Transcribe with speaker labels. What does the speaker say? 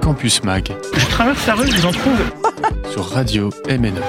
Speaker 1: Campus Mag
Speaker 2: Je traverse la rue, je vous en trouve.
Speaker 1: sur Radio MNE.